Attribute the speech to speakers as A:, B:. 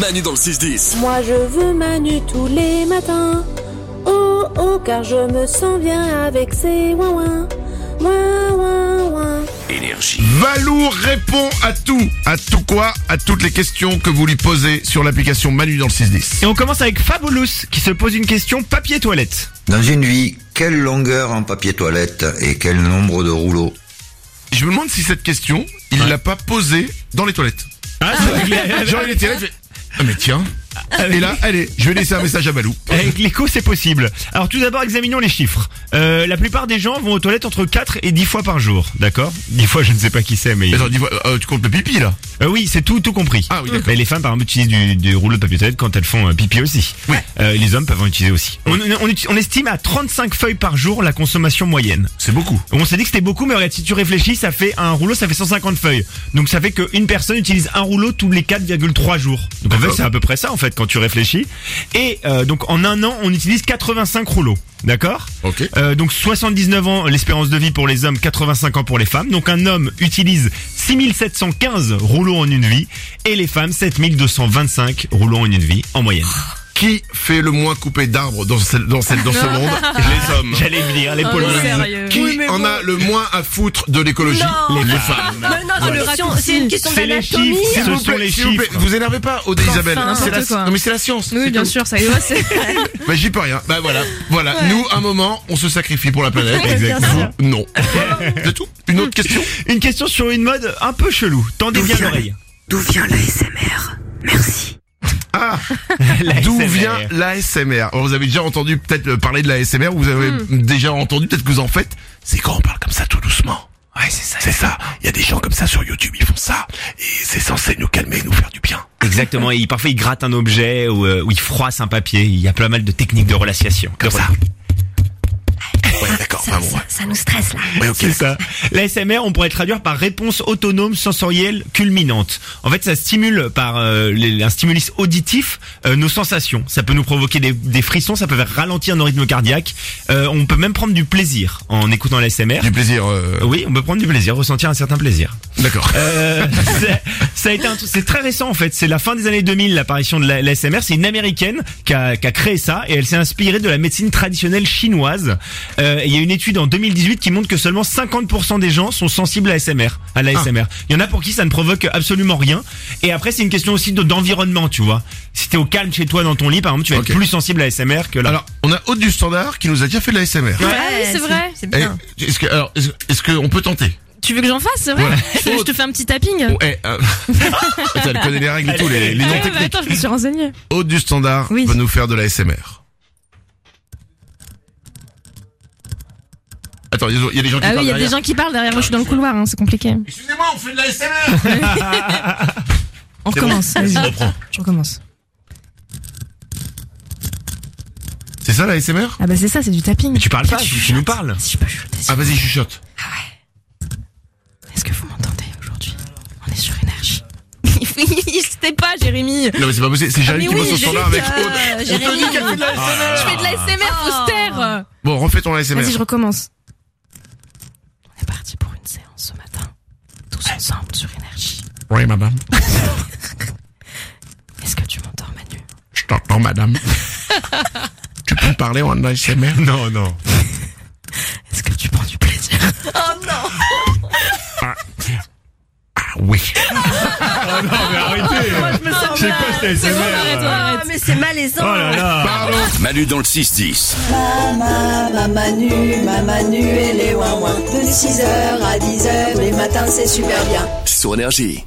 A: Manu dans le 6-10.
B: Moi je veux Manu tous les matins. Oh oh, car je me sens bien avec ses ouin ouin. Ouin ouin ouin.
A: Énergie.
C: Valou répond à tout, à tout quoi, à toutes les questions que vous lui posez sur l'application Manu dans le 610.
D: Et on commence avec Fabulous qui se pose une question papier toilette.
E: Dans une vie, quelle longueur en papier toilette et quel nombre de rouleaux
C: Je me demande si cette question, il l'a pas posée dans les toilettes.
D: Ah,
C: Genre il était là, il fait, ah mais tiens. Eh. Et là, allez, je vais laisser un message à Valou.
D: Avec l'écho, c'est possible. Alors tout d'abord, examinons les chiffres. Euh, la plupart des gens vont aux toilettes entre 4 et 10 fois par jour, d'accord 10 fois, je ne sais pas qui c'est, mais...
C: Attends, dis-moi, euh, tu comptes le pipi là
D: Euh, oui, c'est tout, tout compris.
C: Ah oui, d'accord.
D: Mais les femmes, par exemple, utilisent du, du rouleau de papier toilette quand elles font euh, pipi aussi.
C: Oui.
D: Euh, et les hommes peuvent en utiliser aussi. On, on- on estime à 35 feuilles par jour la consommation moyenne.
C: C'est beaucoup.
D: On s'est dit que c'était beaucoup, mais regarde, si tu réfléchis, ça fait un rouleau, ça fait 150 feuilles. Donc ça fait qu'une personne utilise un rouleau tous les 4,3 jours. Donc en fait, c'est à peu près ça, en fait, quand tu réfléchis. Et euh, donc en un an, on utilise 85 rouleaux. D'accord
C: Ok.
D: Euh, donc 79 ans l'espérance de vie pour les hommes, 85 ans pour les femmes. Donc un homme utilise 6715 rouleaux en une vie et les femmes 7225 rouleaux en une vie en moyenne.
C: Ah. Qui fait le moins couper d'arbres dans, ce- dans, ce- dans ce monde Les hommes.
D: J'allais me dire les
C: Ah,
F: Oh,
D: polonaises.
F: sérieux.
C: Qui
F: Oui, mais
C: en
F: bon.
C: a le moins à foutre de l'écologie
F: Non.
C: Les femmes.
F: Mais Euh, non, c'est le
G: Question-
F: raccourci.
G: C'est une question
D: C'est les
G: d'anatomie.
D: chiffres,
C: S'il
D: ce
C: vous
D: sont
C: plaît,
D: les
C: s'il vous plaît,
D: chiffres.
C: vous énervez pas, Odé Isabelle. C'est la,
F: n'importe quoi.
C: non mais c'est la science.
F: Oui,
C: c'est
F: bien
C: comme-
F: sûr, ça y est. ouais, c'est-
C: Bah j'y peux rien. Bah voilà, voilà. Nous, un moment, on se sacrifie pour la planète.
D: Exactement.
C: Vous, non. C'est tout. Une autre question.
D: Une question sur une mode un peu chelou. Tendez bien l'oreille.
G: D'où vient l'ASMR Merci.
C: Ah,
D: La
C: d'où
D: SMR.
C: vient l'ASMR Alors, Vous avez déjà entendu peut-être euh, parler de l'ASMR. Vous avez
G: Hmm.
C: déjà entendu peut-être que vous en faites. C'est quand on parle comme ça tout doucement. Ouais, c'est ça. C'est ça. Il y a des gens comme ça sur YouTube, ils font ça. Et c'est censé nous calmer, nous faire du bien.
D: Exactement, et il- parfois il gratte un objet ou, euh, ou il froisse un papier, il y a pas mal de techniques de relaxation.
C: Comme ça. Ouais, d'accord. Enfin bon, ouais.
G: Ça nous stresse là.
C: Ouais, ok.
D: C'est ça. L'ASMR, on pourrait traduire par réponse autonome sensorielle culminante. En fait, ça stimule par euh, les- un stimulus auditif euh, nos sensations. Ça peut nous provoquer des, des frissons, ça peut faire ralentir nos rythmes cardiaques. Euh, on peut même prendre du plaisir en écoutant l'ASMR.
C: Du plaisir. euh,
D: Oui, on peut prendre du plaisir, ressentir un certain plaisir.
C: D'accord.
D: Euh, c'est- ça a été un truc- c'est très récent en fait. C'est la fin des années 2000 l'apparition de la, la SMR. C'est une américaine qui a, qui a créé ça et elle s'est inspirée de la médecine traditionnelle chinoise. Euh, et Il y a une étude en 2018 qui montre que seulement 50% des gens sont sensibles à SMR, à
C: Ah.
D: la SMR. Il y en a pour qui ça ne provoque absolument rien. Et après c'est une question aussi de- d'environnement, tu vois. Si t'es au calme chez toi dans ton lit, par exemple, tu vas
C: Ok.
D: être plus sensible à SMR que là.
C: Alors, on a Haute du Standard qui nous a déjà fait de la SMR.
F: Ah oui, c'est vrai.
G: C'est
C: Eh,
G: bien.
C: Est-ce que, alors, est-ce est-ce qu'on peut tenter
F: Tu veux que j'en fasse, c'est vrai
C: Voilà.
F: je, te- je te fais un petit tapping.
C: Bon, eh, euh, Attends, elle connaît les règles et tout, les, les
F: Ah
C: noms
F: ouais, bah
C: techniques.
F: attends, je me suis renseignée.
C: Haute du Standard
G: Oui.
C: va nous faire de la SMR. Attends, il y a- il y a des gens qui
F: Ah oui,
C: parlent
F: il y a des
C: derrière.
F: gens qui parlent derrière. Moi, je suis dans le couloir, hein, c'est compliqué.
C: Excusez-moi, on fait de la SMR
F: On
C: C'est bon.
F: recommence.
C: Je
F: vas-y.
C: reprends.
F: Je recommence.
C: C'est ça la SMR
F: Ah bah c'est ça, c'est du
D: Mais
F: tapping.
D: tu parles pas, tu, tu nous parles.
F: Si je peux chuter.
C: Ah bah. vas-y, chuchote.
F: Est-ce que vous m'entendez aujourd'hui On est sur énergie. N'hésitez pas, Jérémy.
C: Non mais c'est pas possible, c'est Jérémy
F: Ah, mais
C: qui
F: oui,
C: bosse au standard avec
F: Jérémy,
C: Haute.
F: euh, Jérémy.
C: dit qu'elle fait de la SMR.
F: Je fais de la SMR, faut se taire.
C: Bon, refais ton ASMR.
F: Vas-y, je recommence. On est parti pour une séance ce matin. Tous ensemble sur énergie.
C: Oui madame,
F: Est-ce que tu m'entends, Manu
C: je t'entends madame. tu peux me parler en ASMR
D: Non, non.
F: Est-ce que tu prends du plaisir
C: Ah oui.
D: C'est quoi cette SMR
G: Ah, mais c'est malaisant.
D: Oh là là.
A: Manu dans le 6-10.
H: Ma, ma Manu, ma Manu et les ouin-ouin. De 6h à 10h, les matins, c'est super bien.
A: Sur Énergie.